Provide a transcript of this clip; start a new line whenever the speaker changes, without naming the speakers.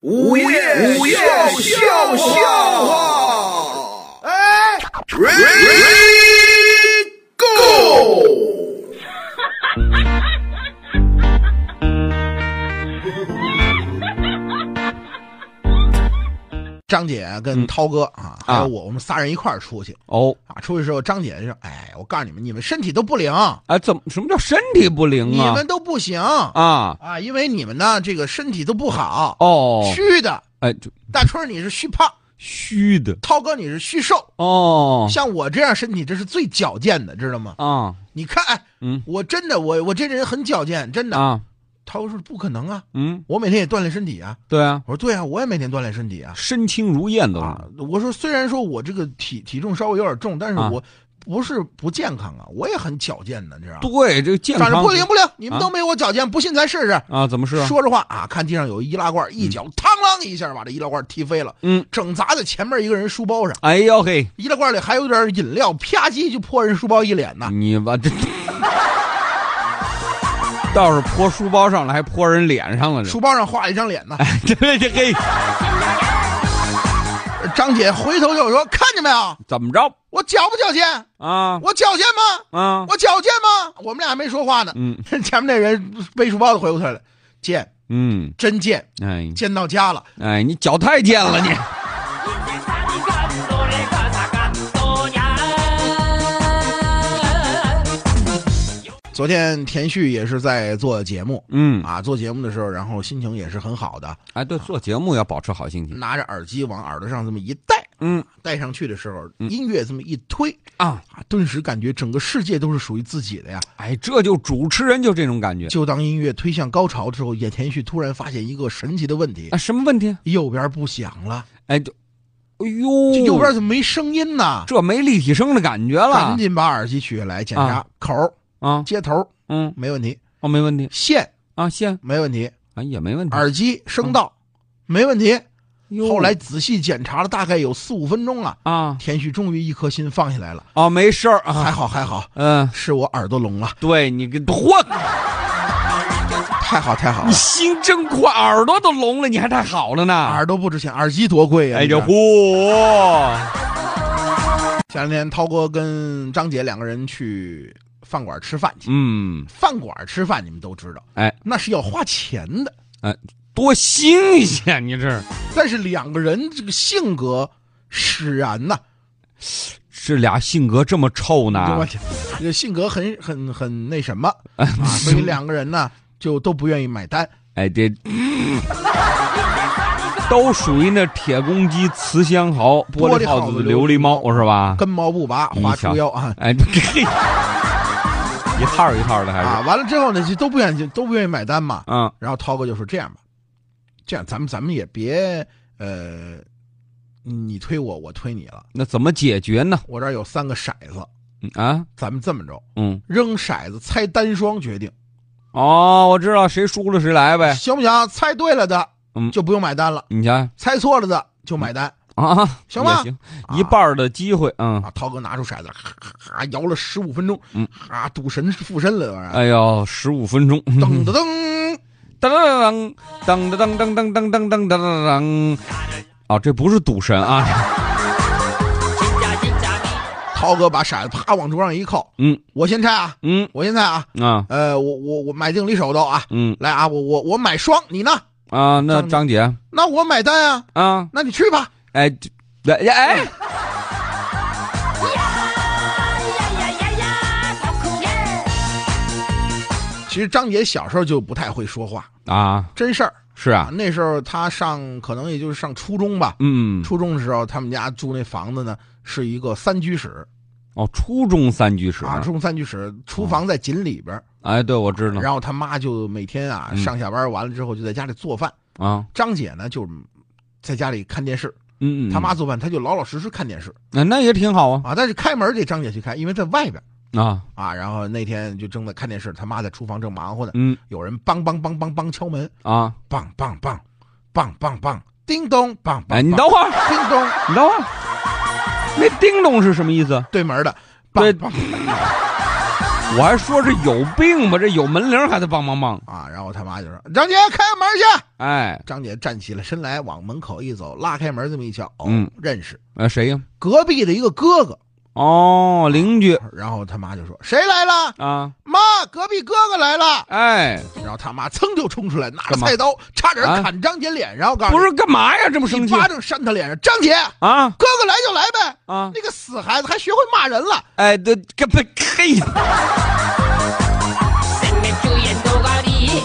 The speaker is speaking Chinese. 午夜午夜笑笑话，哎，Ready Go！
张姐跟涛哥啊，还
啊
有我，我们仨人一块儿出去
哦，
啊。出去之后，张姐就说：“哎，我告诉你们，你们身体都不灵，
啊，怎么什么叫身体不灵
你
啊？
们都不行
啊，
啊，因为你们呢，这个身体都不好，
哦，
虚的。
哎，就
大春儿你是虚胖，
虚的
涛哥你是虚瘦，
哦，
像我这样身体，这是最矫健的，知道吗？
啊，
你看，哎，
嗯
我真的，我我这人很矫健，真的。
啊，
涛哥说不可能啊，
嗯，
我每天也锻炼身体啊。
对啊，
我说对啊，我也每天锻炼身体啊。
身轻如燕都
啊
是，
我说虽然说我这个体体重稍微有点重，但是
啊
我不是不健康啊，我也很矫健的，知道吗？
对，这个健
反正
康
不灵不灵，你们
啊
都没我矫健，不信咱试试。
啊，怎么是啊？
说着话啊，看地上有一易拉罐，一脚嘡啷一下把这易拉罐踢飞了，
嗯，
整砸在前面一个人书包上。
哎呦嘿，
易拉罐里还有点饮料，啪叽就泼人书包一脸呐。
你吧这。 倒是泼书包上了，还泼人脸上 了，这
书包上画了一张脸呢。
这这嘿，
张姐回头就说：“看见没有，
怎么着
我矫不矫健？
啊
我矫健吗？
啊？
我矫健吗？”我们俩还没说话呢，
嗯
前面那人背书包的回过头来了，贱，
嗯，
真贱，
哎
贱到家了。
哎，你脚太贱了你。
昨天田旭也是在做节目
嗯，
啊，做节目的时候，然后心情也是很好的，
哎，对，做节目要保持好心情。
拿着耳机往耳朵上这么一戴，
嗯
戴上去的时候，音乐这么一推
啊，
啊，顿时感觉整个世界都是属于自己的呀。
哎，这就主持人就这种感觉
就当音乐推向高潮的时候，野田旭突然发现一个神奇的问题
啊，，什么问题？
右边不响了。
哎，就，哎呦，
这右边怎么没声音呢？
这没立体声的感觉了
赶紧把耳机取下来检查
啊，
口儿
啊，
接头
嗯，
没问题，
哦，没问题
线
啊，线
没问题，
啊也没问题。
耳机声道没问题。
哟
后来仔细检查了大概有四五分钟了，
啊
田旭终于一颗心放下来了，
啊没事儿啊，
还好还好，
嗯、
是我耳 朵聋了，啊
对你跟嚯，
太好太好了
你，心真宽，耳朵都聋了，你还太好了呢。
耳朵不值钱，耳机多贵呀！
哎，
你
这
知道
嚯，
前两天涛哥跟张姐两个人去饭馆吃饭去，
嗯，
饭馆吃饭你们都知道，
哎，
那是要花钱的，
多新鲜！你这
但是两个人这个性格使然呐、
这俩性格这么臭呢？
对吧？这个性格很很很那 什么啊，所以两个人呢就都不愿意买单。
哎，这、都属于那铁公鸡、瓷香蚝、玻璃耗子、琉璃猫嗯是吧？
根毛不拔，
你
花
瞧
出腰啊
哎，这一套一套的还
啊！
是，
完了之后呢，就都不愿意都不愿意买单嘛。
嗯
然后涛哥就说：“这样吧，这样咱们咱们也别呃，你推我，我推你了。
那怎么解决呢？
我这儿有三个骰子，
嗯啊，
咱们这么着，
嗯，
扔骰子猜单双决定，
哦，我知道谁输了谁来呗。
行不行？猜对了的，
哎嗯
就不用买单了；
你瞧
猜错了的就买单。
啊，
行吧
也行，一半儿的机会，嗯，
啊，涛哥拿出骰子，哈哈哈摇了十五分钟，
嗯，
啊，赌神附身了，
哎呦，十五分钟，噔
噔噔噔，
噔噔噔噔噔噔噔噔噔噔噔噔，哦，这不是赌神啊，
涛哥把骰子啪往桌上一扣，
嗯
我先猜啊，
嗯
我先猜啊，
啊
呃，我我我买定离手的啊，
嗯
来啊，我我我买双，你呢？
啊，那
张
张姐
那我买单啊，
啊，
那你去吧。
哎，这来哎，哎
其实张姐小时候就不太会说话，
啊，
真事儿
是
啊
啊，，
那时候她上可能也就是上初中吧，
嗯，
初中的时候他们家住那房子呢是一个三居室
哦，初中三居室，
啊，初中三居室，厨房在紧里边儿。
哎，对，我知道
然后他妈就每天啊、
嗯
上下班完了之后就在家里做饭，
啊，
张姐呢就在家里看电视，
嗯，嗯
他妈，做饭她就老老实实看电视
嗯那也挺好啊，
啊，但是开门得张姐去开，因为在外边
啊，
啊。然后那天就正在看电视，他妈在厨房正忙活呢，
嗯
有人梆梆梆梆梆敲门，
啊，
梆梆梆，梆梆梆，叮咚梆梆梆，
哎，你等会儿，
叮咚，
你等会儿，那叮咚是什么意思？
对门的。梆
对
梆
我还说是有病吧，这有门铃还得梆梆梆。
啊！然后他妈就说：“张姐，开个门去。
哎”，
张姐站起了身来，往门口一走，拉开门这么一瞧，哦，
嗯
认识
呃，谁呀？
隔壁的一个哥哥。
哦，邻居
然后他妈就说：“谁来了？
啊，
妈，隔壁哥哥来了。
哎，”
然后他妈噌就冲出来，拿着
干嘛
菜刀，差点
啊
砍张姐脸上。我告诉
不
你
是干嘛呀？这么生
一
气
巴掌扇他脸上。张姐，
啊
哥哥来就来呗，
啊！
那个死孩子还学会骂人了。
哎，对，干不嘿，
생맥주에 노가리